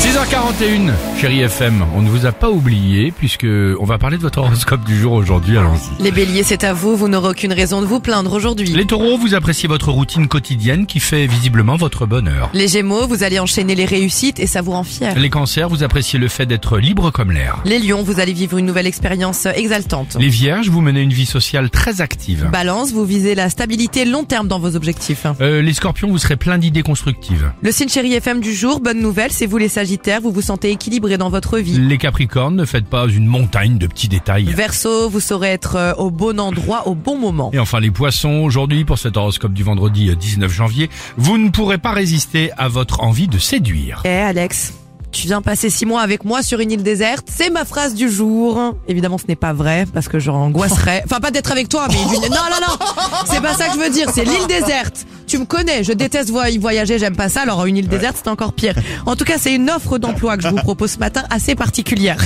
6h41, chérie FM, on ne vous a pas oublié puisque on va parler de votre horoscope du jour aujourd'hui. Allons-y. Les béliers, c'est à vous, vous n'aurez aucune raison de vous plaindre aujourd'hui. Les... Les taureaux, vous appréciez votre routine quotidienne qui fait visiblement votre bonheur. gémeaux, vous allez enchaîner les réussites et ça vous rend fier. Les cancers, vous appréciez le fait d'être libre comme l'air. Les lions, vous allez vivre une nouvelle expérience exaltante. Les vierges, vous menez une vie sociale très active. Balance, vous visez la stabilité long terme dans vos objectifs. Euh, les scorpions, vous serez plein d'idées constructives. Le signe chéri FM du jour, bonne nouvelle, c'est vous les sagittaires, vous vous sentez équilibré dans votre vie. Les capricornes, ne faites pas une montagne de petits détails. Verseau, vous saurez être euh, au bon endroit au bon moment. Et enfin les poissons, aujourd'hui pour cet horoscope du vendredi euh, 19 janvier, vous ne pourrez pas résister à votre envie de séduire. Eh Alex, tu viens passer six mois avec moi sur une île déserte, c'est ma phrase du jour. Évidemment, ce n'est pas vrai parce que j'angoisserais. Enfin, pas d'être avec toi, mais d'une- non, non, non, c'est pas ça que je veux dire. C'est l'île déserte. Tu me connais, je déteste voy- voyager, j'aime pas ça. Alors une île déserte, c'est encore pire. En tout cas, c'est une offre d'emploi que je vous propose ce matin assez particulière.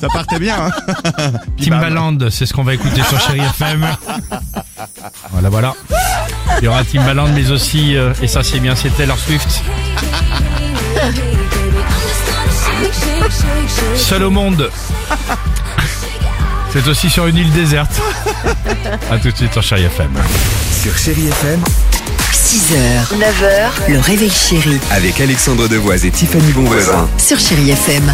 Ça partait bien. Hein Timbaland, c'est ce qu'on va écouter sur Chéri FM. Voilà, voilà. Il y aura Timbaland, mais aussi, euh, et ça c'est bien, c'est Taylor Swift. I'm just gonna shake, shake, shake, shake. Seul au monde. C'est aussi sur une île déserte. À tout de suite sur Chéri FM. Sur Chérie FM, 6h, 9h, le réveil chéri avec Alexandre Devoise et Tiffany Bonvoisin. sur Chérie FM.